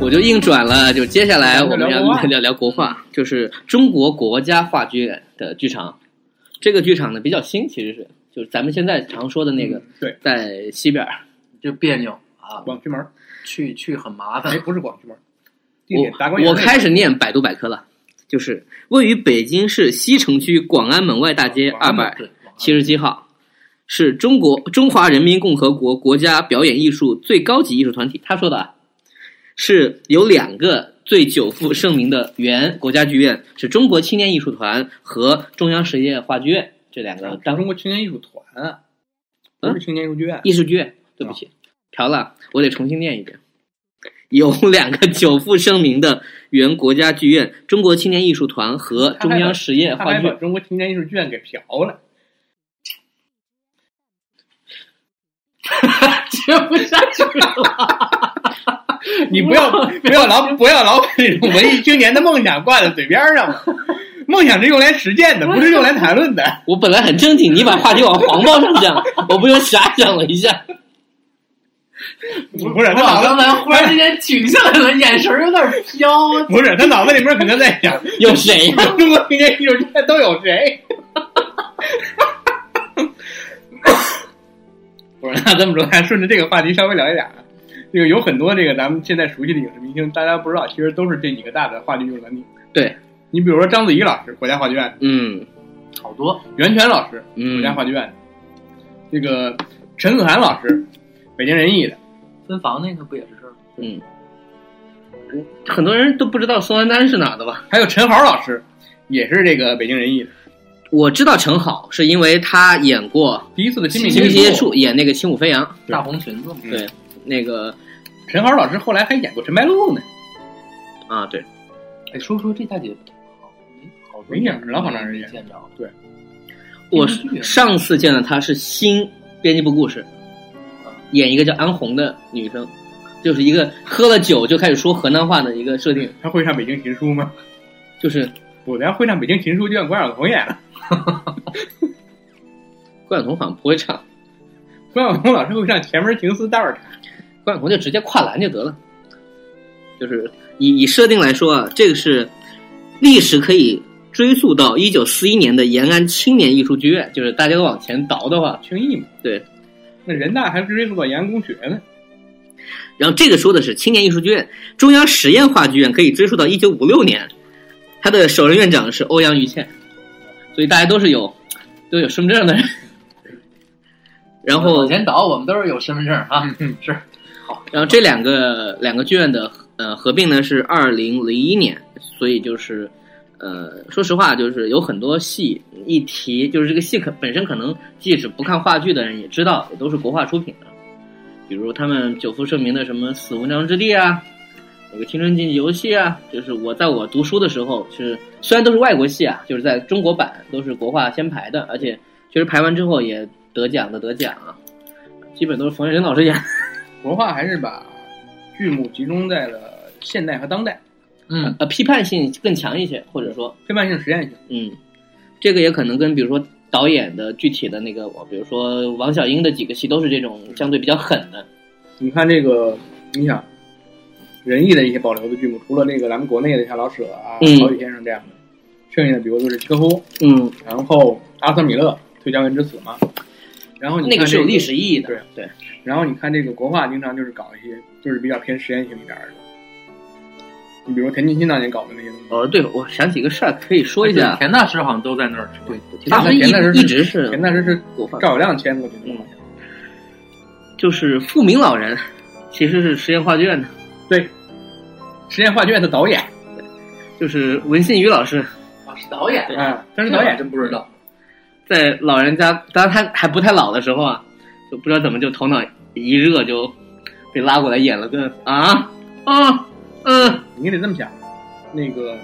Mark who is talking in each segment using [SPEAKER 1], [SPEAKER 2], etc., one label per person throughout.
[SPEAKER 1] 我就硬转了，就接下来我们
[SPEAKER 2] 咱们聊国
[SPEAKER 1] 要
[SPEAKER 2] 画
[SPEAKER 1] 聊聊国画，就是中国国家话剧院的剧场。这个剧场呢比较新，其实是就是咱们现在常说的那个，
[SPEAKER 2] 嗯对，
[SPEAKER 1] 在西边儿。
[SPEAKER 3] 就别扭啊，
[SPEAKER 2] 广渠门儿，
[SPEAKER 3] 去去很麻
[SPEAKER 2] 哎，
[SPEAKER 3] 烦。
[SPEAKER 2] 不是广渠门儿，地铁达官
[SPEAKER 1] 我
[SPEAKER 2] 园
[SPEAKER 1] 我
[SPEAKER 2] 那个
[SPEAKER 1] 开始念百度百科了，就是位于北京市西城区广安门外大街
[SPEAKER 2] 广安
[SPEAKER 1] 二
[SPEAKER 2] 门
[SPEAKER 1] 百
[SPEAKER 3] 对，
[SPEAKER 1] 七十七号，是中国中华人民共和国国家表演艺术最高级艺术团体。他说的啊，是有两个最久负盛名的原国家剧院，是中国青年艺术团和中央实业话剧院这两个
[SPEAKER 2] 咱
[SPEAKER 1] 当
[SPEAKER 2] 中国青年艺术团，不是青年艺术剧院。
[SPEAKER 1] 艺术剧院。对不起，调了，我得重新念一遍。有 两个久负盛名的原国家剧院——中国青年艺术团和中央实业
[SPEAKER 2] 他
[SPEAKER 1] 话
[SPEAKER 2] 还
[SPEAKER 1] 剧
[SPEAKER 2] 把。中国青年艺术剧院给嫖了，
[SPEAKER 3] 接不下去了。
[SPEAKER 2] 你不要不要老不要老把这种文艺青年的梦想挂在嘴边儿上嘛，梦想是用来实践的，不是用来谈论的。
[SPEAKER 1] 我本来很正经，你把话题往黄暴上讲， 我不由遐想了一下。
[SPEAKER 2] 不是他
[SPEAKER 3] 我
[SPEAKER 2] 脑
[SPEAKER 3] 刚
[SPEAKER 2] 子，
[SPEAKER 3] 才忽然之间停下来了，眼神有点飘。啊
[SPEAKER 2] 不是他脑子里面可能在想，
[SPEAKER 1] 有谁呀、
[SPEAKER 2] 中国青年艺术剧院都有谁？不是，那这么说，还顺着这个话题稍微聊一点啊。这个有很多这个咱们现在熟悉的影视明星，大家不知道，其实都是这几个大的话剧艺术团体。
[SPEAKER 1] 对，
[SPEAKER 2] 你比如说章子怡老师，国家话剧院；
[SPEAKER 1] 嗯
[SPEAKER 3] 好多
[SPEAKER 2] 袁泉老师，国
[SPEAKER 1] 嗯
[SPEAKER 2] 家话剧院；这个陈子涵老师，北京人艺的。
[SPEAKER 3] 分房那个不也是这儿吗？
[SPEAKER 1] 嗯，很多人都不知道宋丹丹是哪儿的吧？
[SPEAKER 2] 还有陈豪老师，也是这个北京人艺的。
[SPEAKER 1] 我知道陈好是因为他演过
[SPEAKER 2] 第一次的亲
[SPEAKER 1] 《
[SPEAKER 2] 密
[SPEAKER 1] 亲密
[SPEAKER 2] 接
[SPEAKER 1] 接触》，演那个《轻舞飞扬
[SPEAKER 2] 对
[SPEAKER 3] 大红裙子嘛，》，
[SPEAKER 2] 嗯
[SPEAKER 1] 对，那个
[SPEAKER 2] 陈豪老师后来还演过陈白露呢。
[SPEAKER 1] 啊，对，
[SPEAKER 3] 哎，说说这大姐，好好多
[SPEAKER 2] 没影儿了反正是也
[SPEAKER 3] 没见着。
[SPEAKER 1] 我是上次见到他是新编辑部故事，演一个叫安红的女生，就是一个喝了酒就开始说河南话的一个设定，
[SPEAKER 2] 他会唱《北京琴书》吗？
[SPEAKER 1] 就是
[SPEAKER 2] 我等下会唱《北京琴书》，就让关晓彤演了。
[SPEAKER 1] 关晓彤好像不会唱，
[SPEAKER 2] 关晓彤老师会唱《前门情思道儿
[SPEAKER 1] 关晓彤就直接跨栏就得了。就是以以设定来说啊，这个是历史可以追溯到一九四一年的延安青年艺术剧院，就是大家都往前倒的话，
[SPEAKER 2] 情谊嘛。
[SPEAKER 1] 对，
[SPEAKER 2] 那人大还追溯到延安公学呢。
[SPEAKER 1] 然后这个说的是青年艺术剧院，中央实验话剧院可以追溯到一九五六年，他的首任院长是欧阳于倩，所以大家都是有都有身份证的人。 然后嗯
[SPEAKER 3] 往前倒，我们都是有身份证啊。是，
[SPEAKER 1] 然后这两个两个剧院的呃合并呢是二零零一年，所以就是呃说实话就是有很多戏一提就是这个戏可本身可能即使不看话剧的人也知道，也都是国画出品的，比如他们久负盛名的什么《死无娘之地》啊，那个《青春竞技游戏》啊，就是我在我读书的时候是虽然都是外国戏啊，就是在中国版都是国画先排的，而且确实排完之后也得奖的得奖啊，基本都是冯远征老师演的。
[SPEAKER 2] 国画还是把剧目集中在了现代和当代，
[SPEAKER 3] 嗯，
[SPEAKER 1] 呃，批判性更强一些，或者说，
[SPEAKER 2] 批判性、实验性。
[SPEAKER 1] 嗯，这个也可能跟比如说导演的具体的那个，我比如说王小英的几个戏都是这种相对比较狠的，
[SPEAKER 2] 你看这个，你想仁义的一些保留的剧目，除了这个咱们国内的像老舍啊、
[SPEAKER 1] 嗯
[SPEAKER 2] 曹禺先生这样的，剩下的比如就是契诃夫，
[SPEAKER 1] 嗯，
[SPEAKER 2] 然后阿瑟米勒《退将军之死》嘛。然后你
[SPEAKER 1] 那
[SPEAKER 2] 看
[SPEAKER 1] 个是有
[SPEAKER 2] 这
[SPEAKER 1] 历史意义的，对
[SPEAKER 2] 然后你看这个国画，经常就是搞一些就是比较偏实验性一点儿的，你比如田沁鑫当年搞的那些东西。
[SPEAKER 1] 哦，对，我想起一个事儿可以说一下，
[SPEAKER 3] 哎田大师好像都在那儿。
[SPEAKER 2] 对，田
[SPEAKER 1] 啊大
[SPEAKER 2] 大
[SPEAKER 1] 师
[SPEAKER 2] 师田大
[SPEAKER 1] 一
[SPEAKER 2] 师
[SPEAKER 1] 一直是
[SPEAKER 2] 田大师是
[SPEAKER 1] 国画，
[SPEAKER 2] 赵小亮签过去的
[SPEAKER 1] 嗯
[SPEAKER 2] 嘛，
[SPEAKER 1] 就是富明老人其实是实验画剧院的，
[SPEAKER 2] 实验画剧院的导演，
[SPEAKER 1] 就是文信宇老师
[SPEAKER 3] 啊，是导演，
[SPEAKER 2] 啊，他
[SPEAKER 3] 但
[SPEAKER 2] 是导演，
[SPEAKER 3] 真不知道。
[SPEAKER 1] 在老人家，当然他还不太老的时候啊，就不知道怎么就头脑一热就被拉过来演了个啊啊嗯。
[SPEAKER 2] 你得这么想，那个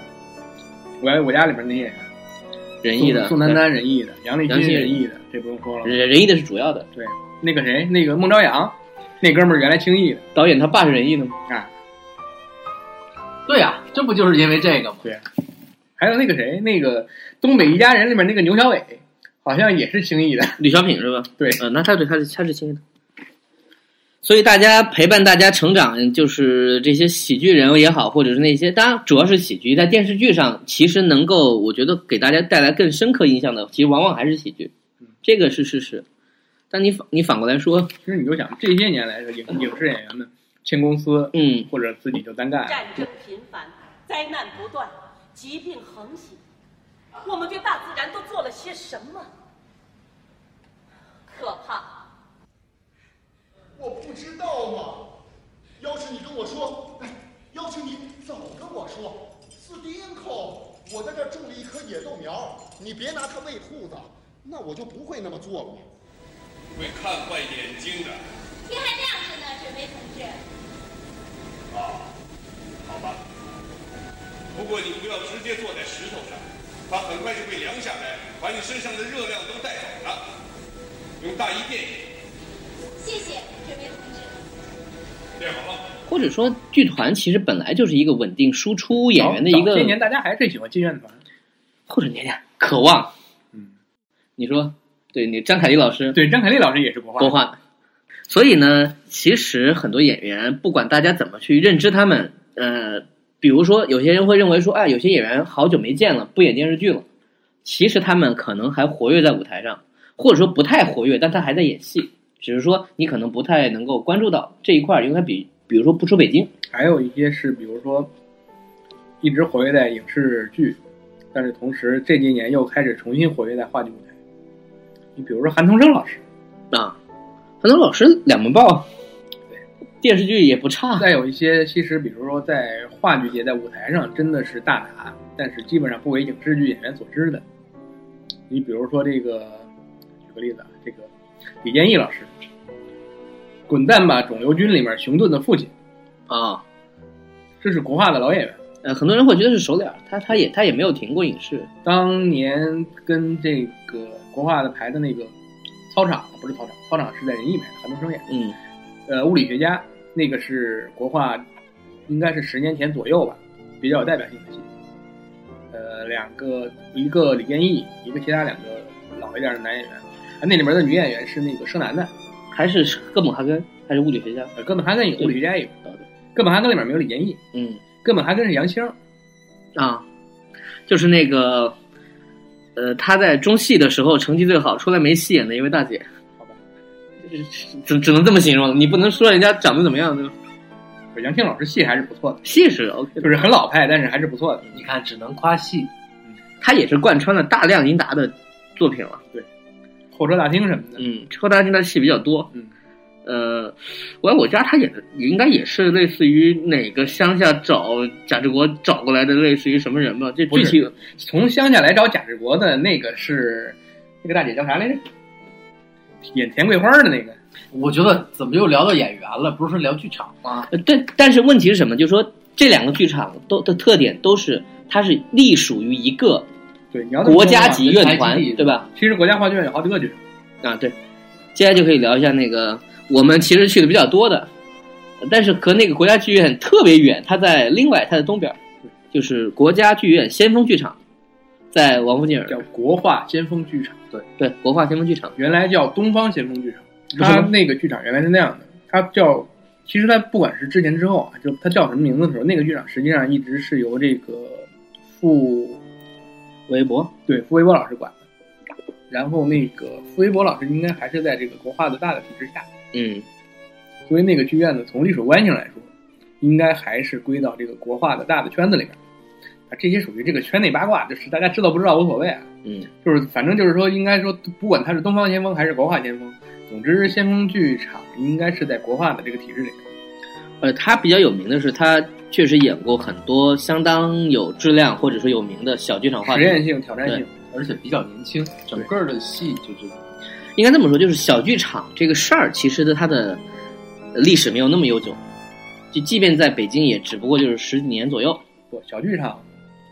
[SPEAKER 2] 我我家里边那些人
[SPEAKER 1] 仁义的，
[SPEAKER 2] 宋宋丹丹仁义的，杨丽
[SPEAKER 1] 杨丽
[SPEAKER 2] 欣
[SPEAKER 1] 欣
[SPEAKER 2] 仁义的，这不用说
[SPEAKER 1] 对
[SPEAKER 2] 了。
[SPEAKER 1] 仁仁义的是主要的。
[SPEAKER 2] 那个谁，那个孟朝阳，那哥们儿原来轻易的，
[SPEAKER 1] 导演他爸是仁义的吗？
[SPEAKER 3] 对呀，这不就是因为这个吗？
[SPEAKER 2] 还有那个谁，那个东北一家人里面那个牛小伟，好像也是轻易的。
[SPEAKER 1] 吕小品是吧？
[SPEAKER 2] 对
[SPEAKER 1] 呃，那他对他是他是亲的。所以大家陪伴大家成长，就是这些喜剧人也好，或者是那些当然主要是喜剧，在电视剧上其实能够我觉得给大家带来更深刻印象的，其实往往还是喜剧，这个是事实。但你反你反过来说，
[SPEAKER 2] 其实你就想这些年来说，影影视演员们签公司
[SPEAKER 1] 嗯，
[SPEAKER 2] 或者自己就单干，
[SPEAKER 4] 战争频繁，灾难不断，疾病横行，我们对大自然都做了些什么？可怕！
[SPEAKER 5] 我不知道嘛。要是你跟我说，哎，要是你早跟我说，斯丁口，我在这儿种了一棵野豆苗，你别拿它喂兔子，那我就不会那么做了嘛。
[SPEAKER 6] 会看坏眼睛的。
[SPEAKER 7] 天还亮着呢，准备同志。
[SPEAKER 6] 哦好吧，不过你不要直接坐在石头上，它很快就会凉下来，把你身上的热量都带走了。用大衣垫你，
[SPEAKER 7] 谢谢，准备同志。
[SPEAKER 6] 垫好了。
[SPEAKER 1] 或者说剧团其实本来就是一个稳定输出演员的
[SPEAKER 2] 早
[SPEAKER 1] 一个
[SPEAKER 2] 早些年大家还是喜欢进院团，
[SPEAKER 1] 或者年年渴望。
[SPEAKER 2] 嗯，
[SPEAKER 1] 你说，对你张凯丽老师
[SPEAKER 2] 对，张凯丽老师也是国画，
[SPEAKER 1] 国画，所以呢，其实很多演员，不管大家怎么去认知他们，呃，比如说有些人会认为说，啊，有些演员好久没见了，不演电视剧了，其实他们可能还活跃在舞台上，或者说不太活跃，但他还在演戏，只是说你可能不太能够关注到这一块儿，因为他比，比如说不出北京，
[SPEAKER 2] 还有一些是比如说一直活跃在影视剧，但是同时这几年又开始重新活跃在话剧舞台。你比如说韩童生老师，
[SPEAKER 1] 啊，很多老师两门报，啊电视剧也不差，
[SPEAKER 2] 再有一些其实比如说在话剧界在舞台上真的是大拿，但是基本上不为影视剧演员所知的。你比如说这个，举个例子啊，这个李建义老师，《滚蛋吧肿瘤君》里面熊顿的父亲，
[SPEAKER 1] 啊。
[SPEAKER 2] 这是国画的老演员。
[SPEAKER 1] 呃，很多人会觉得是熟脸儿，他他也他也没有停过影视，
[SPEAKER 2] 当年跟这个国画的排的那个操场不是操场，操场是在仁义排的，韩东升演的。
[SPEAKER 1] 嗯
[SPEAKER 2] 呃，物理学家那个是国画，应该是十年前左右吧，比较有代表性的戏。呃，两个，一个李建义，一个其他两个老一点的男演员。啊，那里面的女演员是那个施楠楠，，
[SPEAKER 1] 还是哥本哈根，还是物理学家，
[SPEAKER 2] 呃，哥本哈根有
[SPEAKER 1] 对
[SPEAKER 2] 物理学家也有
[SPEAKER 1] 对对，
[SPEAKER 2] 哥本哈根里面没有李建义，
[SPEAKER 1] 嗯
[SPEAKER 2] 哥本哈根是杨星，
[SPEAKER 1] 啊，就是那个，呃，他在中戏的时候成绩最好，出来没戏演的一位大姐，
[SPEAKER 2] 好吧，
[SPEAKER 1] 只只能这么形容，你不能说人家长得怎么样，对吧？
[SPEAKER 2] 杨星老师戏还是不错的，
[SPEAKER 1] 戏是 OK 的，
[SPEAKER 2] 就是很老派，但是还是不错的。
[SPEAKER 3] 你看，只能夸戏。
[SPEAKER 1] 他也是贯穿了大量英达的作品了，
[SPEAKER 2] 候车大厅什么的，
[SPEAKER 1] 嗯，车大英达戏比较多，
[SPEAKER 2] 嗯。
[SPEAKER 1] 呃，我爱我家他演的应该也是类似于哪个乡下找贾志国找过来的，类似于什么人吧？这
[SPEAKER 2] 不
[SPEAKER 1] 具
[SPEAKER 2] 是
[SPEAKER 1] 体
[SPEAKER 2] 从乡下来找贾志国的那个是那个大姐叫啥来着？演田桂花的那个，
[SPEAKER 3] 我觉得怎么又聊到演员了？不是说聊剧场
[SPEAKER 2] 啊
[SPEAKER 3] 吗？
[SPEAKER 1] 呃，但但是问题是什么？就是说这两个剧场都的特点都是它是隶属于一个
[SPEAKER 2] 对，你要这么
[SPEAKER 1] 国
[SPEAKER 2] 说的
[SPEAKER 1] 家
[SPEAKER 2] 话
[SPEAKER 1] 级院团
[SPEAKER 3] 台基，地
[SPEAKER 1] 对吧？
[SPEAKER 2] 其实国家话剧院有好几个剧场，
[SPEAKER 1] 啊，对。接下来就可以聊一下那个我们其实去的比较多的，呃但是和那个国家剧院特别远，它在另外它的东边儿，就是国家剧院先锋剧场，在王府井
[SPEAKER 2] 叫
[SPEAKER 1] 儿，
[SPEAKER 2] 国画先锋剧场，对，
[SPEAKER 1] 对，国画先锋剧场。
[SPEAKER 2] 原来叫东方先锋剧场。
[SPEAKER 1] 不是
[SPEAKER 2] 它那个剧场原来是那样的，它叫，其实它不管是之前之后啊，就它叫什么名字的时候，那个剧场实际上一直是由这个傅
[SPEAKER 1] 韦伯，
[SPEAKER 2] 对傅维波老师管的，然后那个傅维波老师应该还是在这个国画的大的体制下。
[SPEAKER 1] 嗯，
[SPEAKER 2] 所以那个剧院呢，从隶属关系上来说，应该还是归到这个国画的大的圈子里面。啊，这些属于这个圈内八卦，就是大家知道不知道无所谓啊。
[SPEAKER 1] 嗯，
[SPEAKER 2] 就是反正就是说，应该说不管它是东方先锋还是国画先锋，总之先锋剧场应该是在国画的这个体制里面。
[SPEAKER 1] 呃，他比较有名的是他确实演过很多相当有质量或者说有名的小剧场话
[SPEAKER 2] 实
[SPEAKER 1] 剧。
[SPEAKER 2] 验性、挑战性，
[SPEAKER 3] 而且比较年轻，整个的戏就是
[SPEAKER 1] 应该这么说，就是小剧场这个事儿，其实的它的呃历史没有那么悠久，就即便在北京，也只不过就是十几年左右。
[SPEAKER 2] 不小剧场，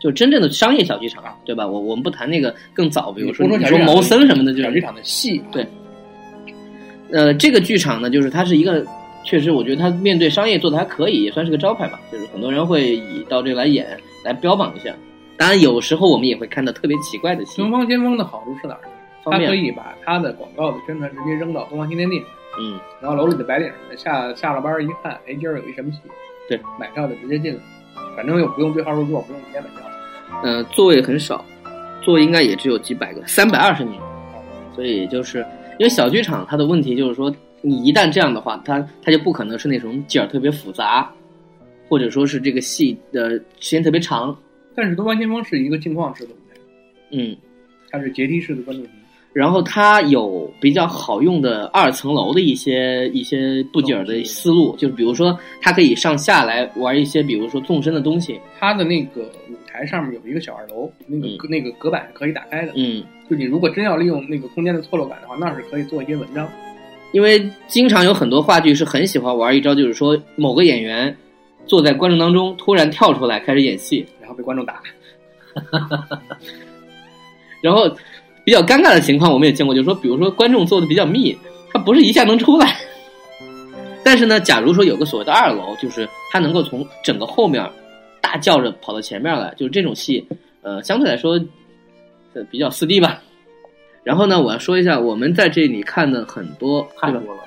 [SPEAKER 1] 就真正的商业小剧场，啊对吧？我我们不谈那个更早，比如说
[SPEAKER 2] 不
[SPEAKER 1] 你
[SPEAKER 2] 小
[SPEAKER 1] 说
[SPEAKER 2] 剧场
[SPEAKER 1] 谋森什么的，就
[SPEAKER 2] 小剧
[SPEAKER 1] 是
[SPEAKER 2] 场的戏，
[SPEAKER 1] 对呃，这个剧场呢，就是它是一个，确实我觉得它面对商业做的还可以，也算是个招牌吧。就是很多人会以到这来演，来标榜一下。当然，有时候我们也会看到特别奇怪的戏
[SPEAKER 2] 东方先锋的好处是哪儿呢？
[SPEAKER 1] 方
[SPEAKER 2] 嗯它可
[SPEAKER 1] 面，
[SPEAKER 2] 以把它的广告的宣传直接扔到东方新天地里面，
[SPEAKER 1] 嗯，
[SPEAKER 2] 然后楼里的白领下下了班一看，哎，今儿有一什么戏，
[SPEAKER 1] 对，
[SPEAKER 2] 买票的直接进来，反正又不用对号入座，不用提前买票。
[SPEAKER 1] 呃，座位很少，座位应该也只有几百个，三百二十名，所以就是因为小剧场它的问题就是说，你一旦这样的话，它它就不可能是那种景儿特别复杂，或者说是这个戏的时间特别长，
[SPEAKER 2] 但是东方先锋是一个镜框式的舞台，
[SPEAKER 1] 嗯，
[SPEAKER 2] 它是阶梯式的观众席，
[SPEAKER 1] 然后它有比较好用的二层楼的一些一些布景儿的思路，就是比如说它可以上下来玩一些，比如说纵深的东西，
[SPEAKER 2] 它的那个舞台上面有一个小二楼，那个、那个隔板是可以打开的，
[SPEAKER 1] 嗯，
[SPEAKER 2] 就你如果真要利用那个空间的错落感的话，那是可以做一些文章。
[SPEAKER 1] 因为经常有很多话剧是很喜欢玩一招，就是说某个演员坐在观众当中突然跳出来开始演戏，
[SPEAKER 2] 然后被观众打，
[SPEAKER 1] 然后比较尴尬的情况我们也见过，就是说比如说观众坐的比较密，他不是一下能出来。 但是呢，假如说有个所谓的二楼，就是他能够从整个后面大叫着跑到前面来，就是这种戏，呃，相对来说，呃，比较四 D 吧。然后呢，我要说一下，我们在这里看的很多
[SPEAKER 3] 太
[SPEAKER 1] 对吧
[SPEAKER 3] 多了。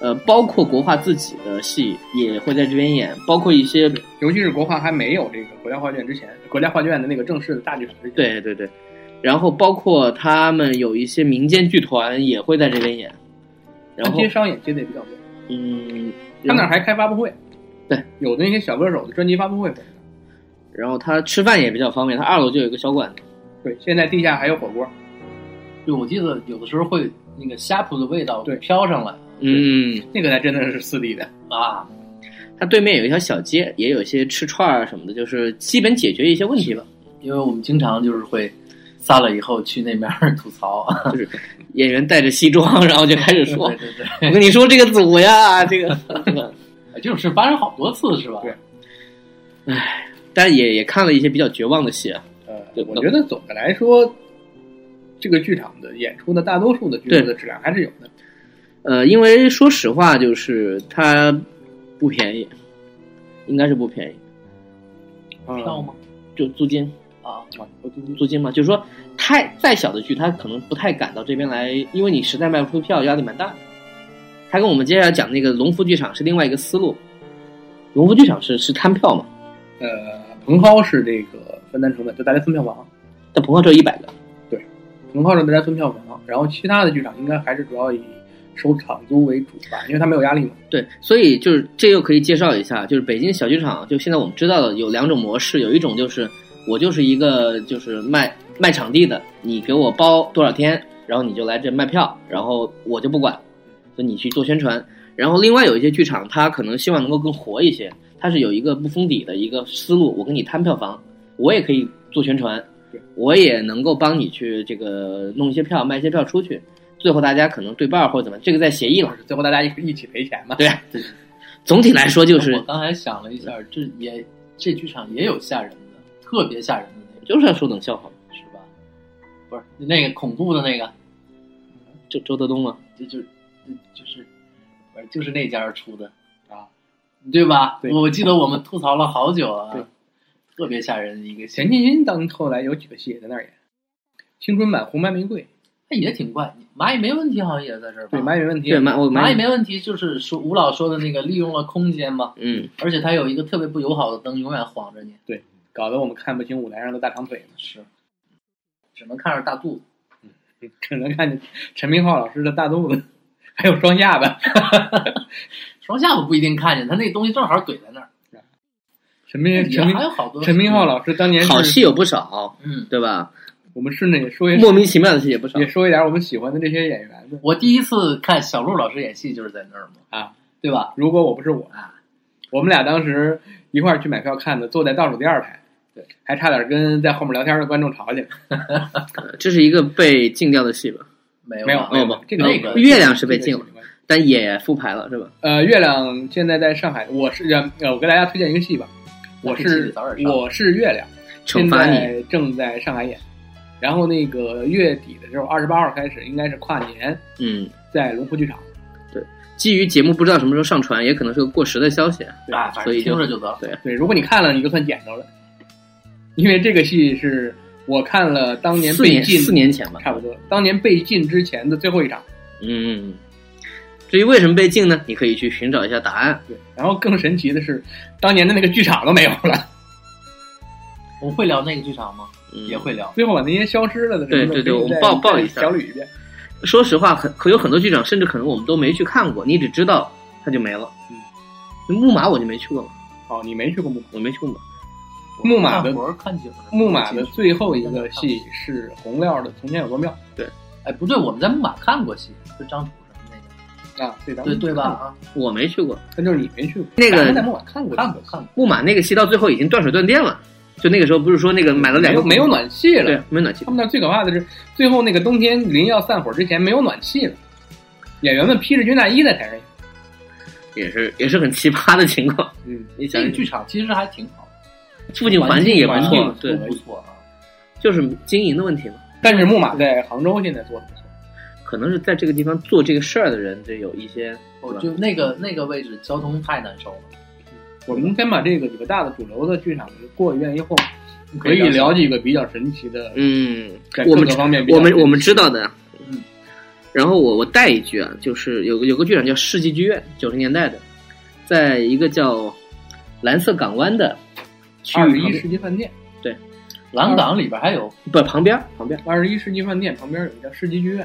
[SPEAKER 1] 呃，包括国画自己的戏也会在这边演，包括一些
[SPEAKER 2] 尤其是国画还没有这个国家画卷之前，国家画卷的那个正式的大剧场之前，
[SPEAKER 1] 对对对，然后包括他们有一些民间剧团也会在这边演，然
[SPEAKER 2] 它
[SPEAKER 1] 后
[SPEAKER 2] 接商演接的也比较多。
[SPEAKER 1] 嗯，
[SPEAKER 2] 啊他
[SPEAKER 1] 然
[SPEAKER 2] 那
[SPEAKER 1] 后
[SPEAKER 2] 儿还开发布会，
[SPEAKER 1] 对，
[SPEAKER 2] 有的那些小歌手的专辑发布会会上。
[SPEAKER 1] 然后他吃饭也比较方便，他二楼就有一个小馆子，
[SPEAKER 2] 对，现在地下还有火锅，
[SPEAKER 3] 就我记得有的时候会那个呷哺的味道
[SPEAKER 2] 对
[SPEAKER 3] 飘上来
[SPEAKER 1] 嗯，
[SPEAKER 2] 那个才真的是四 D 的。
[SPEAKER 3] 啊，
[SPEAKER 1] 他对面有一条小街，也有一些吃串儿啊什么的，就是基本解决一些问题 吧。
[SPEAKER 3] 因为我们经常就是会散了以后去那边儿吐槽，
[SPEAKER 1] 就是演员带着西装， 然后就开始说
[SPEAKER 3] 对对对：“
[SPEAKER 1] 我跟你说这个组呀，这个。 这个”
[SPEAKER 3] 哎这种事发生好多次是吧？
[SPEAKER 2] 对
[SPEAKER 1] 但也也看了一些比较绝望的戏啊，
[SPEAKER 2] 呃
[SPEAKER 1] 对，
[SPEAKER 2] 我觉得总的来说，这个剧场的演出的大多数的剧
[SPEAKER 1] 对
[SPEAKER 2] 目的质量还是有的。
[SPEAKER 1] 呃，因为说实话，就是它不便宜，应该是不便宜。
[SPEAKER 3] 票吗？
[SPEAKER 1] 就租金，
[SPEAKER 3] 啊，
[SPEAKER 1] 租金嘛，就是说太再小的剧，他可能不太敢到这边来，因为你实在卖不出票，压力蛮大的。他跟我们接下来讲那个龙福剧场是另外一个思路，龙福剧场是是摊票嘛，
[SPEAKER 2] 呃，彭浩是这个分担成本，就大家分票房，
[SPEAKER 1] 但彭浩只有一百个，
[SPEAKER 2] 彭浩是大家分票房，然后其他的剧场应该还是主要以收场租为主吧，因为它没有压力嘛。
[SPEAKER 1] 对，所以就是这又可以介绍一下，就是北京小剧场，就现在我们知道的有两种模式，有一种就是我就是一个就是卖卖场地的，你给我包多少天，然后你就来这卖票，然后我就不管，就你去做宣传。然后另外有一些剧场，它可能希望能够更活一些，它是有一个不封底的一个思路，我跟你摊票房，我也可以做宣传
[SPEAKER 2] 对，
[SPEAKER 1] 我也能够帮你去这个弄一些票，卖一些票出去，最后大家可能对半儿或者怎么样，这个在协议了。
[SPEAKER 2] 就是最后大家一一起 赔钱嘛。
[SPEAKER 1] 对，总体来说就
[SPEAKER 3] 我
[SPEAKER 1] 是
[SPEAKER 3] 刚才想了一下，这也这剧场也有吓人的，特别吓人的那种，
[SPEAKER 1] 就是要说冷笑话，
[SPEAKER 3] 是吧？不是那个恐怖的那个，
[SPEAKER 1] 就周德东嘛，
[SPEAKER 3] 就就就是，不是就是那家出的
[SPEAKER 2] 啊，
[SPEAKER 3] 对吧？
[SPEAKER 2] 对
[SPEAKER 3] 我记得我们吐槽了好久
[SPEAKER 2] 对
[SPEAKER 3] 啊，特别吓人的一个戏，
[SPEAKER 2] 钱进军当后来有几个戏也在那儿演，青春版《红白玫瑰》
[SPEAKER 3] 那也挺怪。蚂蚁没问题好像也在这儿吧？
[SPEAKER 2] 对，蚂蚁没问题。
[SPEAKER 1] 啊对，蛮我
[SPEAKER 3] 蚂
[SPEAKER 1] 蛮
[SPEAKER 3] 蚁没问题，就是说吴老说的那个利用了空间嘛，
[SPEAKER 1] 嗯，
[SPEAKER 3] 而且它有一个特别不友好的灯，永远晃着你，
[SPEAKER 2] 搞得我们看不清舞台上的大长腿呢，是
[SPEAKER 3] 只能看着大肚子。
[SPEAKER 2] 只能看见陈明昊老师的大肚子，还有双下巴。
[SPEAKER 3] 双下巴不一定看见，他那东西正好怼在那儿。
[SPEAKER 2] 陈明
[SPEAKER 3] 哎也
[SPEAKER 2] 陈明
[SPEAKER 3] 还有好多
[SPEAKER 2] 陈明昊，老师当年是
[SPEAKER 1] 好戏有不少，
[SPEAKER 3] 嗯，
[SPEAKER 1] 对吧？
[SPEAKER 2] 我们顺着也说一
[SPEAKER 1] 莫名其妙的戏也不少
[SPEAKER 2] 也，说一点我们喜欢的这些演员的
[SPEAKER 3] 我第一次看小鹿老师演戏就是在那儿嘛，
[SPEAKER 2] 啊。
[SPEAKER 3] 对吧？
[SPEAKER 2] 如果我不是我
[SPEAKER 3] 啊，
[SPEAKER 2] 我们俩当时一块儿去买票看的，坐在倒数第二排，对，还差点跟在后面聊天的观众吵起来。
[SPEAKER 1] 呃这是一个被禁掉的戏吧？
[SPEAKER 3] 没有
[SPEAKER 2] 没
[SPEAKER 3] 哎没
[SPEAKER 2] 有，
[SPEAKER 1] 哦
[SPEAKER 2] 有
[SPEAKER 1] 不，
[SPEAKER 2] 这个
[SPEAKER 3] 那个
[SPEAKER 1] 月亮是被禁了
[SPEAKER 2] 这个，
[SPEAKER 1] 但也复牌了是吧？
[SPEAKER 2] 呃，月亮现在在上海，我是呃，我给大家推荐一个戏吧，我
[SPEAKER 3] 那这戏
[SPEAKER 2] 是
[SPEAKER 3] 早点上
[SPEAKER 2] 我是月亮，
[SPEAKER 1] 惩罚
[SPEAKER 2] 现
[SPEAKER 1] 你，
[SPEAKER 2] 在正在上海演，然后那个月底的时候，二十八号开始应该是跨年，
[SPEAKER 1] 嗯，
[SPEAKER 2] 在龙湖剧场。
[SPEAKER 1] 基于节目不知道什么时候上传，也可能是个过时的消息。
[SPEAKER 2] 对
[SPEAKER 3] 啊，反
[SPEAKER 1] 所
[SPEAKER 3] 正
[SPEAKER 1] 以就
[SPEAKER 3] 听着就得了。
[SPEAKER 2] 对，如果你看了，你就算捡着了，因为这个戏是我看了当年
[SPEAKER 1] 四
[SPEAKER 2] 被
[SPEAKER 1] 年
[SPEAKER 2] 禁
[SPEAKER 1] 四年前吧，
[SPEAKER 2] 差不多，当年被禁之前的最后一场。
[SPEAKER 1] 嗯，至于为什么被禁呢？你可以去寻找一下答案。
[SPEAKER 2] 对，然后更神奇的是，当年的那个剧场都没有了，
[SPEAKER 3] 我们会聊那个剧场吗？
[SPEAKER 1] 嗯、
[SPEAKER 3] 也会聊。
[SPEAKER 2] 最后把那些消失了的什么
[SPEAKER 1] 对对
[SPEAKER 2] 的
[SPEAKER 1] 对
[SPEAKER 2] 可以
[SPEAKER 1] 我们
[SPEAKER 2] 再
[SPEAKER 1] 报报
[SPEAKER 2] 再
[SPEAKER 1] 一下
[SPEAKER 2] 小捋一遍。
[SPEAKER 1] 说实话，很可有很多剧场，甚至可能我们都没去看过，你只知道它就没了。
[SPEAKER 2] 嗯，
[SPEAKER 1] 木马我就没去过嘛，
[SPEAKER 2] 哦，你没去过木马？
[SPEAKER 1] 我没去过嘛。
[SPEAKER 2] 木马的
[SPEAKER 3] 看活儿看景儿，
[SPEAKER 2] 木马的
[SPEAKER 3] 进去
[SPEAKER 2] 最后一个戏是洪亮的《从前有座庙
[SPEAKER 3] 哎，不对，我们在木马看过戏，就张楚什么那个，》
[SPEAKER 2] 啊，对咱
[SPEAKER 3] 对
[SPEAKER 2] 们
[SPEAKER 3] 对吧？？啊，
[SPEAKER 1] 我没去过
[SPEAKER 2] 但就是你没去过，
[SPEAKER 1] 那
[SPEAKER 2] 咱们
[SPEAKER 1] 个
[SPEAKER 2] 在木马看过，
[SPEAKER 3] 看过看过，
[SPEAKER 1] 木马那个戏，到最后已经断水断电了。就那个时候不是说那个买了
[SPEAKER 2] 没
[SPEAKER 1] 两
[SPEAKER 2] 有
[SPEAKER 1] 个
[SPEAKER 2] 没有暖气了。
[SPEAKER 1] 对没有暖气
[SPEAKER 2] 他，们那儿最可怕的是，最后那个冬天临要散伙之前没有暖气了，演员们披着军大衣在台上演。
[SPEAKER 1] 也是也是很奇葩的情况。
[SPEAKER 2] 嗯，
[SPEAKER 1] 你想
[SPEAKER 3] 这个剧场其实还挺好，
[SPEAKER 1] 附近环境也不
[SPEAKER 2] 环
[SPEAKER 1] 错
[SPEAKER 2] 境，
[SPEAKER 1] 对
[SPEAKER 3] 都，不错啊。
[SPEAKER 1] 就是经营的问题嘛。
[SPEAKER 2] 但是木马在杭州现在做的不错，
[SPEAKER 1] 可能是在这个地方做这个事儿的人，这有一些，
[SPEAKER 3] 我
[SPEAKER 2] 哦
[SPEAKER 1] 对吧
[SPEAKER 3] 哦就那个那个位置交通太难受了，
[SPEAKER 2] 我们先把这个几个大的主流的剧场过一遍以后，可
[SPEAKER 3] 可以
[SPEAKER 2] 以
[SPEAKER 3] 聊
[SPEAKER 2] 聊几个比较神奇的，
[SPEAKER 1] 嗯，
[SPEAKER 2] 在
[SPEAKER 1] 我
[SPEAKER 2] 各
[SPEAKER 1] 们
[SPEAKER 2] 个方面比较
[SPEAKER 1] 我们
[SPEAKER 2] 神奇
[SPEAKER 1] 我们知道的。
[SPEAKER 3] 嗯。
[SPEAKER 1] 然后我我带一句啊，就是有个有个剧场叫世纪剧院，九十年代的，在一个叫蓝色港湾的区
[SPEAKER 2] 二十
[SPEAKER 1] 域旁
[SPEAKER 2] 一
[SPEAKER 1] 边，
[SPEAKER 2] 世纪饭店，
[SPEAKER 3] 蓝港里边还有
[SPEAKER 1] 不旁边旁边
[SPEAKER 2] 二十一世纪饭店旁边有一个叫世纪剧院，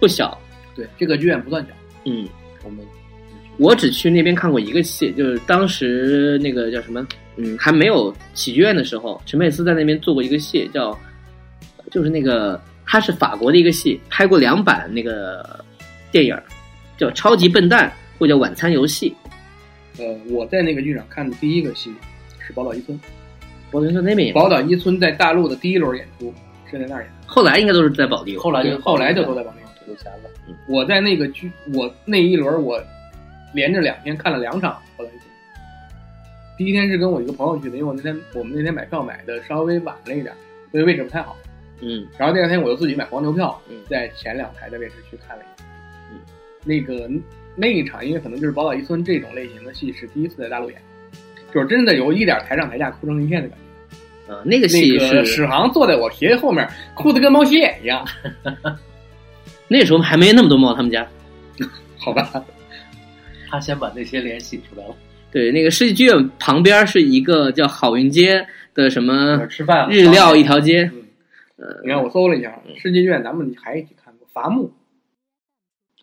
[SPEAKER 1] 不小，
[SPEAKER 2] 对，这个剧院不算小，
[SPEAKER 1] 嗯，
[SPEAKER 2] 我们
[SPEAKER 1] 我只去那边看过一个戏，就是当时那个叫什么，嗯，还没有喜剧院的时候，陈佩斯在那边做过一个戏，叫就是那个他是法国的一个戏，拍过两版那个电影儿，叫《超级笨蛋》或者叫《晚餐游戏
[SPEAKER 2] 呃，我在那个剧场看的第一个戏是宝岛一村，》，
[SPEAKER 1] 保林村那边演。
[SPEAKER 2] 宝岛一村在大陆的第一轮演出是在那儿演的。
[SPEAKER 1] 后来应该都是在保利。
[SPEAKER 3] 后来
[SPEAKER 2] 对
[SPEAKER 3] 就
[SPEAKER 2] 后来就都在网上
[SPEAKER 3] 有钱了，
[SPEAKER 2] 我在那个剧，我那一轮我连着两天看了两场后来就第一天是跟我一个朋友去的，因为我那天我们那天买票买的稍微晚了一点，所以位置不太好。
[SPEAKER 1] 嗯，
[SPEAKER 2] 然后第二天我又自己买黄牛票
[SPEAKER 1] 嗯，
[SPEAKER 2] 在前两排的位置去看了一场。
[SPEAKER 1] 嗯，
[SPEAKER 2] 那个那一场，因为可能就是《宝岛一村》这种类型的戏是第一次在大陆演，就是真的有一点台上台下哭成一片的感觉。
[SPEAKER 1] 呃，那个
[SPEAKER 2] 那
[SPEAKER 1] 戏是
[SPEAKER 2] 个史航坐在我斜后面，哭得跟猫斜眼一样。
[SPEAKER 1] 那时候还没那么多猫他们家。
[SPEAKER 2] 好吧，
[SPEAKER 3] 他先把那些脸洗出来了。
[SPEAKER 1] 对，那个世纪剧院旁边是一个叫好运街的什么
[SPEAKER 3] 吃饭了
[SPEAKER 1] 嗯日料一条街，
[SPEAKER 2] 嗯
[SPEAKER 1] 呃
[SPEAKER 2] 你看我搜了一下，世纪院咱们还一起看过伐木，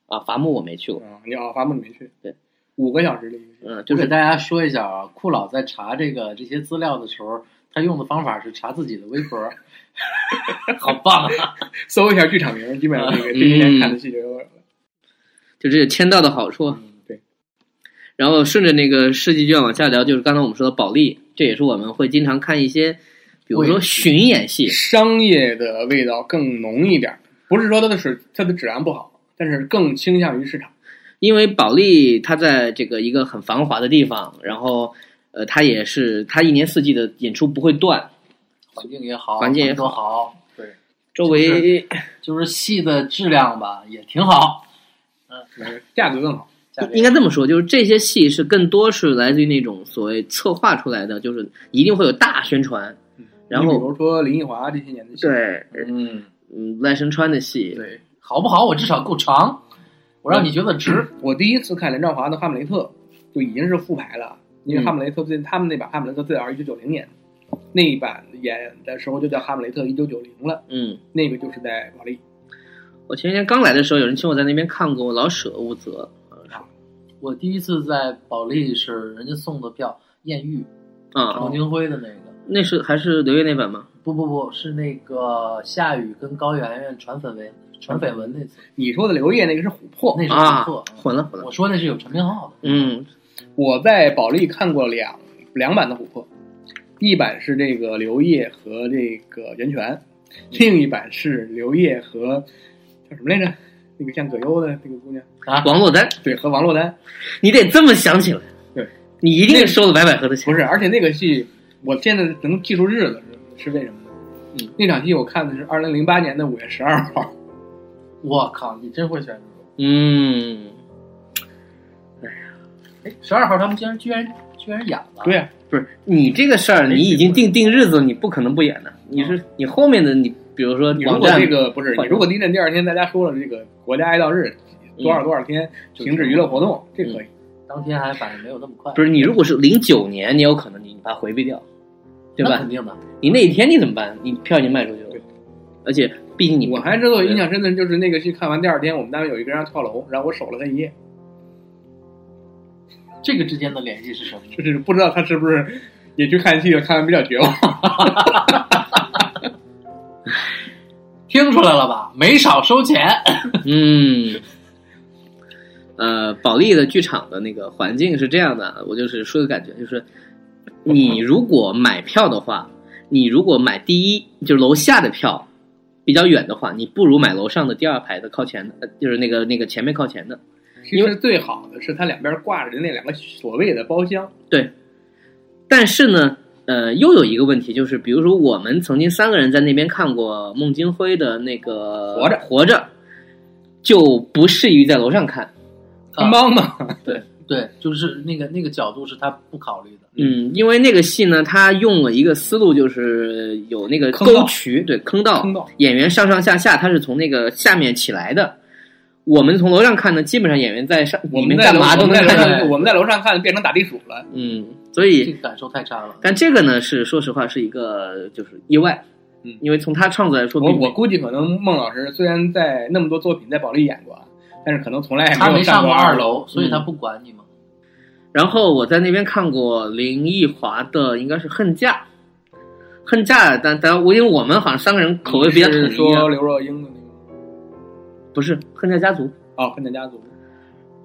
[SPEAKER 1] 啊，伐木我没去过。
[SPEAKER 2] 啊，你啊，伐木你没去？
[SPEAKER 1] 对，
[SPEAKER 2] 五个小时的一个戏，
[SPEAKER 1] 嗯，就
[SPEAKER 3] 我给
[SPEAKER 1] 是
[SPEAKER 3] 大家说一下啊，库老在查这个这些资料的时候，他用的方法是查自己的微博，好棒啊！
[SPEAKER 2] 搜一下剧场名，基本
[SPEAKER 1] 啊
[SPEAKER 2] 上这个这些
[SPEAKER 1] 嗯
[SPEAKER 2] 年看的戏就有了。
[SPEAKER 1] 就是有签到的好处。
[SPEAKER 2] 嗯，对，
[SPEAKER 1] 然后顺着那个世纪卷往下聊，就是刚才我们说的保利，这也是我们会经常看一些，比如说
[SPEAKER 2] 对
[SPEAKER 1] 巡演戏，
[SPEAKER 2] 商业的味道更浓一点，不是说它的水它的质量不好，但是更倾向于市场。
[SPEAKER 1] 因为保利它在这个一个很繁华的地方，然后呃，它也是它一年四季的演出不会断，
[SPEAKER 3] 环境也好，
[SPEAKER 1] 环境也
[SPEAKER 3] 都好，
[SPEAKER 1] 周围
[SPEAKER 3] 就是戏的质量吧也挺好。
[SPEAKER 2] 价格更好，
[SPEAKER 3] 价格也
[SPEAKER 1] 应该这么说，就是这些戏是更多是来自于那种所谓策划出来的，就是一定会有大宣传，然
[SPEAKER 2] 嗯你比
[SPEAKER 1] 后
[SPEAKER 2] 如说林奕华这些年的戏，
[SPEAKER 1] 对，
[SPEAKER 3] 嗯，
[SPEAKER 1] 嗯，赖声川的戏，
[SPEAKER 2] 对，
[SPEAKER 3] 好不好？我至少够长，我让你觉得值。
[SPEAKER 2] 我第一次看梁兆华的《哈姆雷特》就已经是复排了，因为《哈姆雷特最》他们那版《哈姆雷特》最早一九九零年，那一版演的时候就叫《哈姆雷特一九九零》了，
[SPEAKER 1] 嗯。
[SPEAKER 2] 那个就是在保利。
[SPEAKER 1] 我前几天刚来的时候，有人请我在那边看过老舍、乌泽，嗯
[SPEAKER 3] 我第一次在保利是人家送的票，艳遇
[SPEAKER 1] 啊、
[SPEAKER 2] 哦
[SPEAKER 3] 孟京辉的那个，
[SPEAKER 1] 那是还是刘烨那版吗？
[SPEAKER 3] 不不不是那个夏雨跟高圆圆传绯闻传绯闻那次，
[SPEAKER 2] 你说的刘烨那个是琥珀
[SPEAKER 3] 那，是
[SPEAKER 1] 啊，
[SPEAKER 3] 错。
[SPEAKER 1] 混了混了，
[SPEAKER 3] 我说那是有陈明昊的。
[SPEAKER 1] 嗯，
[SPEAKER 2] 我在保利看过两两版的琥珀，一版是这个刘烨和这个袁泉，另一版是刘烨和叫什么来着？那个像葛优的那个姑娘，
[SPEAKER 1] 王珞丹，
[SPEAKER 2] 对，和王珞丹。
[SPEAKER 1] 你得这么想起来，
[SPEAKER 2] 对，
[SPEAKER 1] 你一定收了白百合的钱，
[SPEAKER 2] 不是，而且那个戏，我现在能记住日子是为什么呢？
[SPEAKER 1] 嗯，
[SPEAKER 2] 那场戏我看的是二零零八年的五月十二号，
[SPEAKER 3] 我靠，你真会选
[SPEAKER 1] 嗯，
[SPEAKER 3] 哎，十二号他们居然居然居然演了。
[SPEAKER 2] 对，啊，
[SPEAKER 1] 不是你这个事儿，你已经定定日子，你不可能不演的，你是你后面的你，比如说
[SPEAKER 2] 哦你如
[SPEAKER 1] 网
[SPEAKER 2] 果
[SPEAKER 1] 站
[SPEAKER 2] 这个不是，
[SPEAKER 1] 网站
[SPEAKER 2] 你如果地震第二天大家说了这个国家哀悼日，
[SPEAKER 1] 嗯
[SPEAKER 2] 多少多少天停止娱乐活动，这可以。
[SPEAKER 3] 当天还反正没有那么快，
[SPEAKER 1] 不是你如果是零九年，你有可能你把它回避掉，对
[SPEAKER 3] 那
[SPEAKER 1] 吧
[SPEAKER 3] 肯？定的，
[SPEAKER 1] 你那一天你怎么办？你票已经卖出去了
[SPEAKER 2] 对，
[SPEAKER 1] 而且毕竟你
[SPEAKER 2] 我还知道印象深的就是那个戏看完第二天，我们单位有一个人要跳楼，然后我守了他一夜，
[SPEAKER 3] 这个之间的联系是什么呢？
[SPEAKER 2] 就是不知道他是不是也去看戏了，看完比较 绝望。
[SPEAKER 3] 听出来了吧？没少收钱。
[SPEAKER 1] 嗯， 呃，保利的剧场的那个环境是这样的，我就是说个感觉，就是你
[SPEAKER 2] 哦
[SPEAKER 1] 如果买票的话，你如果买第一就是楼下的票比较远的话，你不如买楼上的第二排的靠前的，呃就是那个那个前面靠前的。
[SPEAKER 2] 其实最好的是他两边挂着那两个所谓的包厢，
[SPEAKER 1] 但是呢，呃，又有一个问题，就是比如说我们曾经三个人在那边看过孟京辉的那个《
[SPEAKER 2] 活着
[SPEAKER 1] 活着》，就不适宜在楼上看。啊
[SPEAKER 2] 他帮嘛，
[SPEAKER 3] 对，就是那个那个角度是他不考虑的。
[SPEAKER 1] 嗯，因为那个戏呢，他用了一个思路，就是有那个
[SPEAKER 2] 坑道
[SPEAKER 1] 沟渠，对，坑道，
[SPEAKER 2] 坑道
[SPEAKER 1] 演员上上下下，他是从那个下面起来的。我们从楼上看呢，基本上演员在上
[SPEAKER 2] 我
[SPEAKER 1] 里面
[SPEAKER 2] 们在
[SPEAKER 1] 干
[SPEAKER 2] 楼
[SPEAKER 1] 嘛都
[SPEAKER 2] 我
[SPEAKER 1] 能
[SPEAKER 2] 们在
[SPEAKER 1] 看
[SPEAKER 2] 楼
[SPEAKER 1] 到。
[SPEAKER 2] 上，我们在楼上看变成打地鼠了，
[SPEAKER 1] 嗯，所
[SPEAKER 3] 这
[SPEAKER 1] 以
[SPEAKER 3] 个感受太差了。
[SPEAKER 1] 但这个呢，是说实话是一个就是意外，
[SPEAKER 2] 嗯
[SPEAKER 1] 因为从他创作来说，
[SPEAKER 2] 我
[SPEAKER 1] 并
[SPEAKER 2] 我估计可能孟老师虽然在那么多作品在保利演过啊，但是可能从来也
[SPEAKER 3] 他
[SPEAKER 2] 没
[SPEAKER 3] 没
[SPEAKER 2] 有
[SPEAKER 3] 上
[SPEAKER 2] 过
[SPEAKER 3] 过二
[SPEAKER 2] 楼。
[SPEAKER 3] 楼，所以他不管你嘛。
[SPEAKER 1] 然后我在那边看过林奕华的，应该是《恨嫁》，《恨嫁》但但我因为我们好像三个人口味比较统
[SPEAKER 2] 是
[SPEAKER 1] 一
[SPEAKER 2] 说
[SPEAKER 1] 啊，
[SPEAKER 2] 刘若英的那个
[SPEAKER 1] 不是《恨嫁家族》，
[SPEAKER 2] 哦，《分家家族》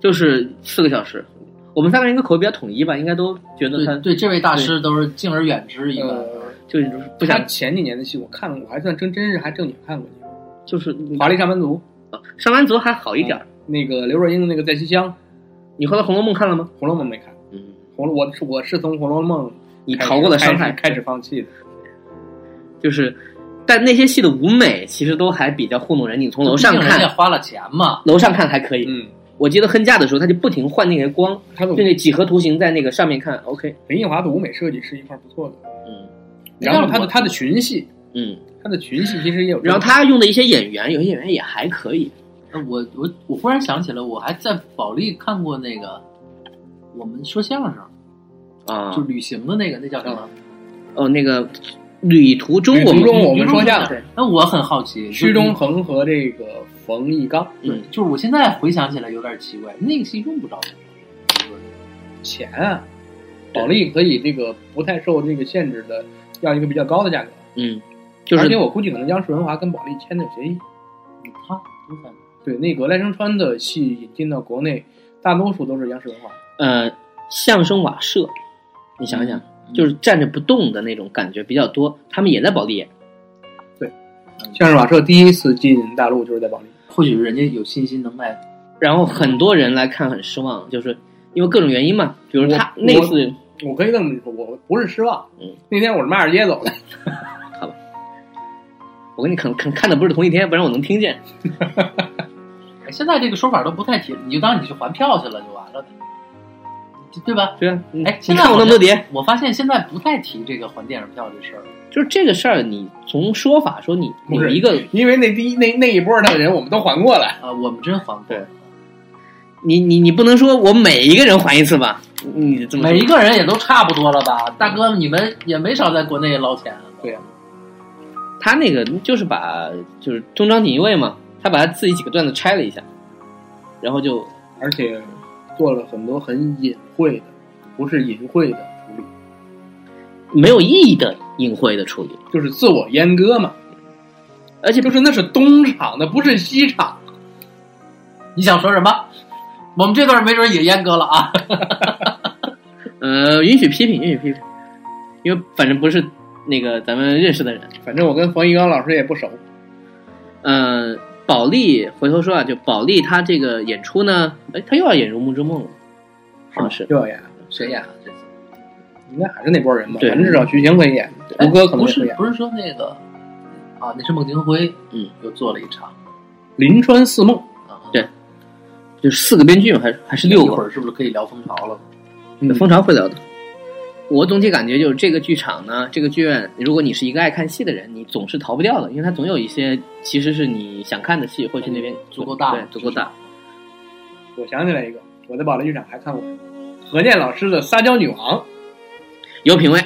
[SPEAKER 1] 就是四个小时。我们三个人应该口味比较统一吧，应该都觉得他
[SPEAKER 3] 对对，这位大师都是敬而远之，一般。
[SPEAKER 2] 呃，
[SPEAKER 1] 就是不
[SPEAKER 2] 他
[SPEAKER 1] 想，
[SPEAKER 2] 前几年的戏我看过，我还算真真是还正经看过呢
[SPEAKER 1] 就是
[SPEAKER 2] 《华丽上班族》
[SPEAKER 1] 上班族还好一点儿。
[SPEAKER 2] 那个刘若英的那个在西厢，《嗯
[SPEAKER 1] 你后来《红楼梦》看了吗？
[SPEAKER 2] 红楼梦》没看，《
[SPEAKER 1] 嗯，
[SPEAKER 2] 红楼》我是我是从《红楼梦》
[SPEAKER 1] 你逃过了伤害
[SPEAKER 2] 开始，开始放弃的。
[SPEAKER 1] 就是，但那些戏的舞美其实都还比较糊弄人。你从楼上
[SPEAKER 3] 毕竟人
[SPEAKER 1] 看，
[SPEAKER 3] 家花了钱嘛。
[SPEAKER 1] 楼上看还可以。
[SPEAKER 2] 嗯，
[SPEAKER 1] 我记得《恨嫁》的时候，他就不停换那个光，
[SPEAKER 2] 他的
[SPEAKER 1] 就那几何图形在那个上面看，OK，
[SPEAKER 2] 林奕华的舞美设计是一块不错的，
[SPEAKER 1] 嗯
[SPEAKER 2] 然后他
[SPEAKER 3] 我
[SPEAKER 2] 的他的群戏，
[SPEAKER 1] 嗯，
[SPEAKER 2] 他的群戏其实也有，
[SPEAKER 1] 然后他用的一些演员，有些演员也还可以，
[SPEAKER 3] 呃我我我忽然想起来，我还在保利看过那个我们说相声，
[SPEAKER 1] 啊
[SPEAKER 3] 就旅行的那个，那叫什么？
[SPEAKER 1] 哦，那个旅途中
[SPEAKER 2] 旅途
[SPEAKER 1] 我们
[SPEAKER 2] 中我
[SPEAKER 3] 旅
[SPEAKER 2] 们
[SPEAKER 3] 中
[SPEAKER 2] 说相
[SPEAKER 3] 对
[SPEAKER 2] 声，
[SPEAKER 3] 那我很好奇，
[SPEAKER 2] 屈中恒和这个冯一刚
[SPEAKER 1] 嗯
[SPEAKER 3] 对，就是我现在回想起来有点奇怪，那个戏用不着。
[SPEAKER 2] 钱啊，保利可以这个不太受这个限制的，要一个比较高的价格，
[SPEAKER 1] 嗯，就
[SPEAKER 2] 而且
[SPEAKER 1] 是
[SPEAKER 2] 我估计可能央视文华跟保利签的有协议，
[SPEAKER 3] 他都在
[SPEAKER 2] 对那个赖声川的戏引进到国内，大多数都是央视文化。
[SPEAKER 1] 呃相声瓦舍，你想想，
[SPEAKER 3] 嗯
[SPEAKER 1] 就是站着不动的那种感觉比较多，他们也在保利演，
[SPEAKER 2] 相声瓦舍第一次进大陆就是在保利，
[SPEAKER 3] 或许人家有信心能卖。
[SPEAKER 1] 然后很多人来看很失望，就是因为各种原因嘛，比如他
[SPEAKER 2] 我
[SPEAKER 1] 那次
[SPEAKER 2] 我可以这么说，我不是失望。
[SPEAKER 1] 嗯
[SPEAKER 2] 那天我是骂着街走的，
[SPEAKER 1] 我跟你可能可能看的不是同一天，不然我能听见，
[SPEAKER 3] 哎现在这个说法都不太贴，你就当你去还票去了就完了呗，对吧？
[SPEAKER 1] 对啊，你
[SPEAKER 3] 哎，
[SPEAKER 1] 你
[SPEAKER 3] 现在
[SPEAKER 1] 看我那么多碟，
[SPEAKER 3] 我发现现在不太提这个还电影票这事儿了。
[SPEAKER 1] 就是这个事儿，你从说法说你
[SPEAKER 2] 不
[SPEAKER 1] 有
[SPEAKER 2] 是
[SPEAKER 1] 一个，
[SPEAKER 2] 因为那第一那那一波的人我们都还过了。
[SPEAKER 3] 啊，我们真还过
[SPEAKER 1] 对，你你你不能说我每一个人还一次吧？你这么说
[SPEAKER 3] 每一个人也都差不多了吧？大哥，你们也没少在国内捞钱啊。
[SPEAKER 2] 对啊
[SPEAKER 1] 他那个就是把就是中章锦衣卫嘛，他把他自己几个段子拆了一下，然后就
[SPEAKER 2] 而且做了很多很隐晦的，不是隐晦的处理，
[SPEAKER 1] 没有意义的隐晦的处理，
[SPEAKER 2] 就是自我阉割嘛。
[SPEAKER 1] 而且
[SPEAKER 2] 就是那是东厂的，不是西厂。
[SPEAKER 3] 你想说什么？我们这段没准也阉割了啊。
[SPEAKER 1] 呃允许批评，允许批评，因为反正不是那个咱们认识的人。
[SPEAKER 2] 反正我跟冯一刚老师也不熟，
[SPEAKER 1] 呃，保利回头说啊，就保利他这个演出呢，哎，他又要演《如梦之梦》了，好像是
[SPEAKER 2] 又要演，
[SPEAKER 3] 谁演啊？这次
[SPEAKER 2] 应该还是那波人吧。
[SPEAKER 1] 对
[SPEAKER 2] 反正至少徐晴可以演，
[SPEAKER 3] 哎
[SPEAKER 2] 胡歌可能也会
[SPEAKER 3] 不是
[SPEAKER 2] 演。
[SPEAKER 3] 不是说那个啊，那是孟京辉，
[SPEAKER 1] 嗯，
[SPEAKER 3] 又做了一场
[SPEAKER 2] 临川四梦，
[SPEAKER 3] 啊。
[SPEAKER 1] 对就是四个编剧嘛，还是还是六
[SPEAKER 3] 一
[SPEAKER 1] 个
[SPEAKER 3] 会。儿是不是可以聊风潮了？
[SPEAKER 2] 嗯
[SPEAKER 1] 蜂巢会聊的。我总体感觉就是这个剧场呢，这个剧院，如果你是一个爱看戏的人，你总是逃不掉的，因为它总有一些其实是你想看的戏会去那边
[SPEAKER 3] 足够大
[SPEAKER 1] 对，足够大。
[SPEAKER 2] 我想起来一个，我在保利剧场还看过何健老师的《撒娇女王
[SPEAKER 1] 有品位，》，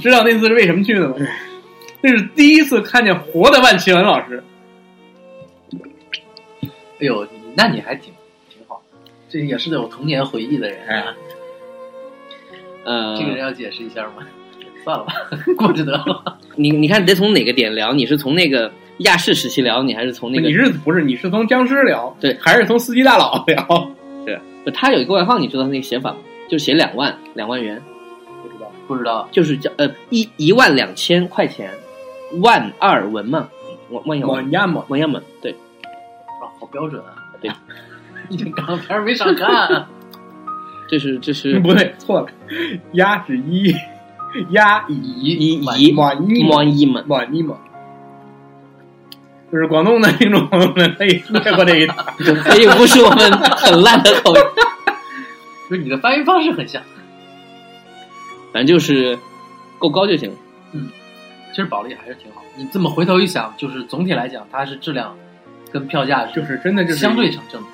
[SPEAKER 2] 知道那次是为什么去的
[SPEAKER 1] 嗯
[SPEAKER 2] 吗？那是第一次看见活的万绮雯老师，
[SPEAKER 3] 哎呦，那你还挺挺好，这也是有童年回忆的人啊。
[SPEAKER 1] 呃，
[SPEAKER 3] 这个人要解释一下吗？ 算了吧，过去得了。
[SPEAKER 1] 你你看得从哪个点聊？你是从那个亚视时期聊，你还是从那个
[SPEAKER 2] 你是不是你是从僵尸聊，
[SPEAKER 1] 对
[SPEAKER 2] 还是从司机大佬聊？不
[SPEAKER 1] 不他有一个外号，你知道他那个写法吗？就写两万两万元，
[SPEAKER 2] 知道，
[SPEAKER 3] 不知道，
[SPEAKER 1] 就是叫呃一一万两千块钱，万二文嘛，万万元
[SPEAKER 2] 我压嘛，
[SPEAKER 1] 万元嘛，对，
[SPEAKER 3] 啊，好标准啊。
[SPEAKER 1] 对，
[SPEAKER 3] 一整港片儿没少 看。啊
[SPEAKER 1] 这是这是
[SPEAKER 2] 不对，错了，压是一，压乙
[SPEAKER 1] 一一
[SPEAKER 2] 满一
[SPEAKER 1] 万一嘛，
[SPEAKER 2] 满一嘛。就是广东的听众朋友们可以略过这 一段，
[SPEAKER 1] 所以不是我 们很烂的口音，
[SPEAKER 3] 不是你的翻译方式很像。
[SPEAKER 1] 反正就是够高就行了。
[SPEAKER 3] 其实保利还是挺好。你这么回头一想，就是总体来讲，它是质量跟票价
[SPEAKER 2] 就是是真的就是
[SPEAKER 3] 相对成正比，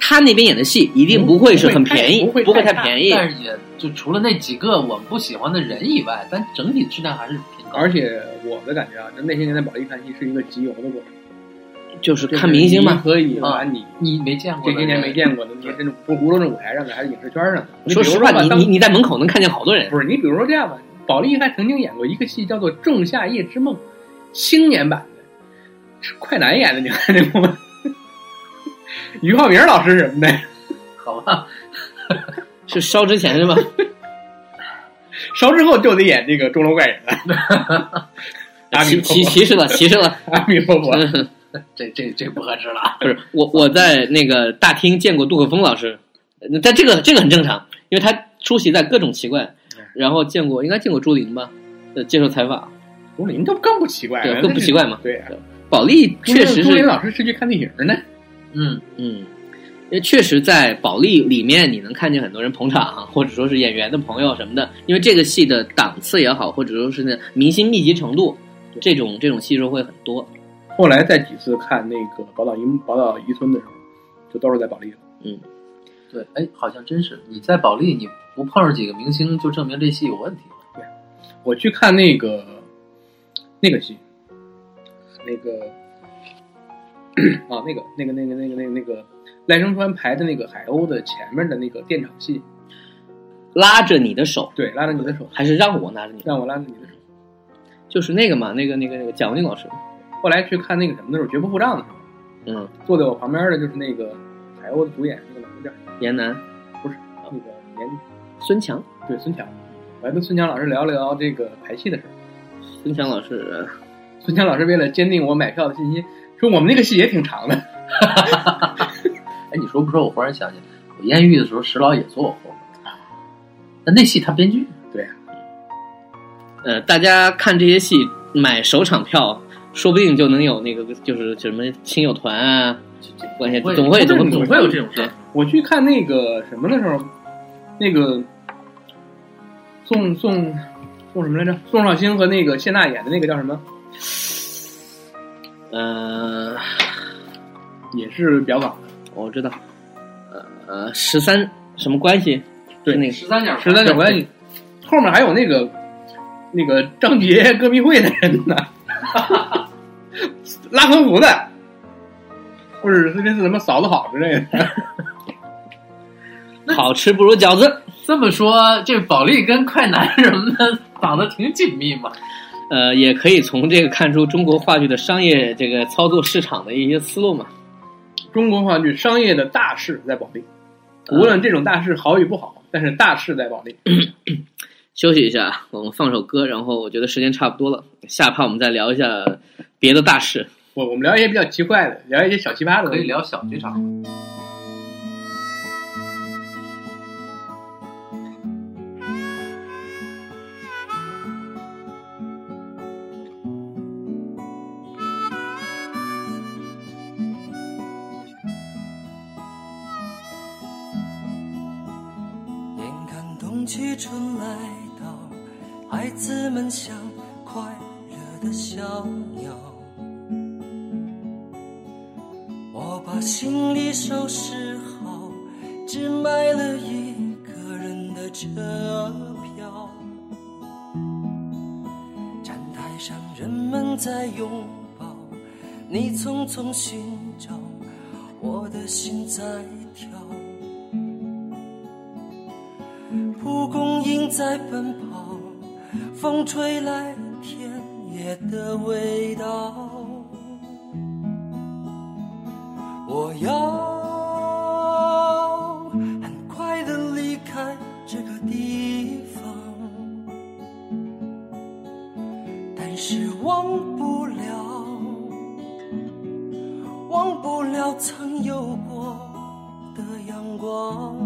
[SPEAKER 1] 他那边演的戏一定不会是很便宜，
[SPEAKER 2] 不会太
[SPEAKER 1] 不会太便宜。
[SPEAKER 3] 但是也就除了那几个我们不喜欢的人以外，但整体质量还是挺高。
[SPEAKER 2] 而且我的感觉啊，就那些年在保利看戏是一个集邮的过程，
[SPEAKER 1] 就是看明星
[SPEAKER 2] 你
[SPEAKER 1] 嘛，啊
[SPEAKER 2] 可以把你
[SPEAKER 3] 你没见过
[SPEAKER 2] 这些
[SPEAKER 3] 的人
[SPEAKER 2] 年没见过的，你甚至不无论是舞台上的还是影视圈上的，你比
[SPEAKER 1] 说
[SPEAKER 2] 如
[SPEAKER 1] 实
[SPEAKER 2] 吧
[SPEAKER 1] 话，你
[SPEAKER 2] 当
[SPEAKER 1] 你你在门口能看见好多人。
[SPEAKER 2] 不是你比如说这样吧，保利还曾经演过一个戏叫做《仲夏夜之梦》，青年版的，是快男演的，你看见过 吗？俞灏明老师什么的，
[SPEAKER 3] 好吧？
[SPEAKER 1] 是烧之前是吧？
[SPEAKER 2] 烧之后就得演这个钟楼怪人了。 阿弥
[SPEAKER 1] 歧
[SPEAKER 2] 陀
[SPEAKER 1] 歧
[SPEAKER 2] 佛，
[SPEAKER 1] 歧视了，歧视 了。
[SPEAKER 2] 阿弥陀佛，
[SPEAKER 3] 这这这不合适了。
[SPEAKER 1] 嗯不是我我在那个大厅见过杜可风老师，呃但这个这个很正常，因为他出席在各种奇怪，
[SPEAKER 2] 嗯
[SPEAKER 1] 然后见过应该见过朱琳吧，呃，接受采访。
[SPEAKER 2] 钟林都更不奇怪了，
[SPEAKER 1] 对更不奇怪嘛
[SPEAKER 2] 对啊，
[SPEAKER 1] 保利确实
[SPEAKER 2] 钟林
[SPEAKER 1] 是，
[SPEAKER 2] 老师是去看电影呢，
[SPEAKER 3] 嗯，
[SPEAKER 1] 嗯，因为确实在保利里面你能看见很多人捧场，啊或者说是演员的朋友什么的，因为这个戏的档次也好，或者说是那明星密集程度，这种这种戏数会很多。
[SPEAKER 2] 后来再几次看那个宝岛一宝岛一村的时候，就都是在保利了。
[SPEAKER 3] 对，哎，好像真是你在保利你不碰上几个明星，就证明这戏有问题。
[SPEAKER 2] 我去看那个那个戏，那个啊，那个那个那个那个那个那个赖声川排的那个海鸥的前面的那个电场戏，
[SPEAKER 1] 拉着你的手，
[SPEAKER 2] 对，拉着你的手，
[SPEAKER 1] 还是让我拉着你的手？
[SPEAKER 2] 让我拉着你的手。
[SPEAKER 1] 就是那个嘛，那个那个那个蒋文静老师，
[SPEAKER 2] 后来去看那个什么的时候，绝不付账的时候，
[SPEAKER 1] 嗯，
[SPEAKER 2] 坐在我旁边的就是那个海鸥的主演，那个老师叫
[SPEAKER 1] 严楠、
[SPEAKER 2] 那个严，
[SPEAKER 1] 孙强，
[SPEAKER 2] 对孙强。我还跟孙强老师聊了聊这个排戏的事儿。
[SPEAKER 1] 孙强老师，呃
[SPEAKER 2] 孙强老师为了坚定我买票的信心，说我们那个戏也挺长的。
[SPEAKER 3] 哎，你说不说？我忽然想起来，我艳遇的时候，石老也坐我后面。但那戏他编剧，
[SPEAKER 1] 呃，大家看这些戏买首场票，说不定就能有那个就是什么亲友团啊，关系总会总
[SPEAKER 2] 不是
[SPEAKER 1] 会
[SPEAKER 2] 总
[SPEAKER 1] 总
[SPEAKER 2] 会
[SPEAKER 1] 会
[SPEAKER 2] 有
[SPEAKER 1] 有
[SPEAKER 2] 这
[SPEAKER 1] 这种事。
[SPEAKER 2] 我去看那个什么的时候，那个宋宋宋什么来着？宋少卿和那个谢娜演的那个叫什么？
[SPEAKER 1] 呃，
[SPEAKER 2] 也是表港的，
[SPEAKER 1] 我知道，呃呃，十三什么关系？
[SPEAKER 2] 对
[SPEAKER 1] 是那个
[SPEAKER 3] 十三角
[SPEAKER 2] 十三角关系。后面还有那个那个张杰 歌迷会的人呢，拉横幅的，或者是类似什么嫂子好之类的。
[SPEAKER 1] 好吃不如饺子。
[SPEAKER 3] 这么说，这保利跟快男什么的 绑得挺紧密嘛？
[SPEAKER 1] 呃，也可以从这个看出中国话剧的商业这个操作市场的一些思路嘛。
[SPEAKER 2] 中国话剧商业的大势在保利，
[SPEAKER 1] 嗯
[SPEAKER 2] 无论这种大势好与不好，但是大势在保利。
[SPEAKER 1] 休息一下，我们放首歌，然后我觉得时间差不多了，下趴我们再聊一下别的大事。
[SPEAKER 2] 我我们聊一些比较奇怪的，聊一些小奇葩的，
[SPEAKER 3] 可以。聊小剧场。
[SPEAKER 8] 眼看冬去春来到，孩子们像快乐的小鸟。我把行李收拾好，只买了一个人的车票。站台上人们在拥抱，你匆匆寻找，我的心在跳。蒲公英在奔跑，风吹来田野的味道。我要很快的离开这个地方，但是忘不了，忘不了曾有过的阳光。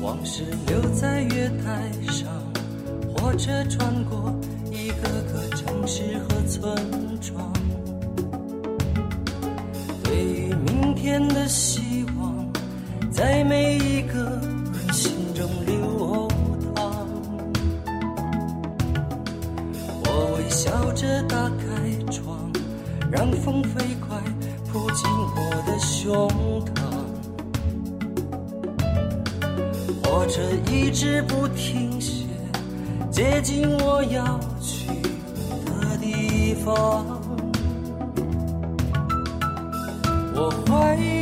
[SPEAKER 8] 往事留在月台上，火车穿过一个个城市和村庄。对于明天的希望，在每一个人心中流淌。我微笑着打开窗，让风飞快扑进我的胸膛。火车一直不停歇，接近我要去的地方。我怀疑。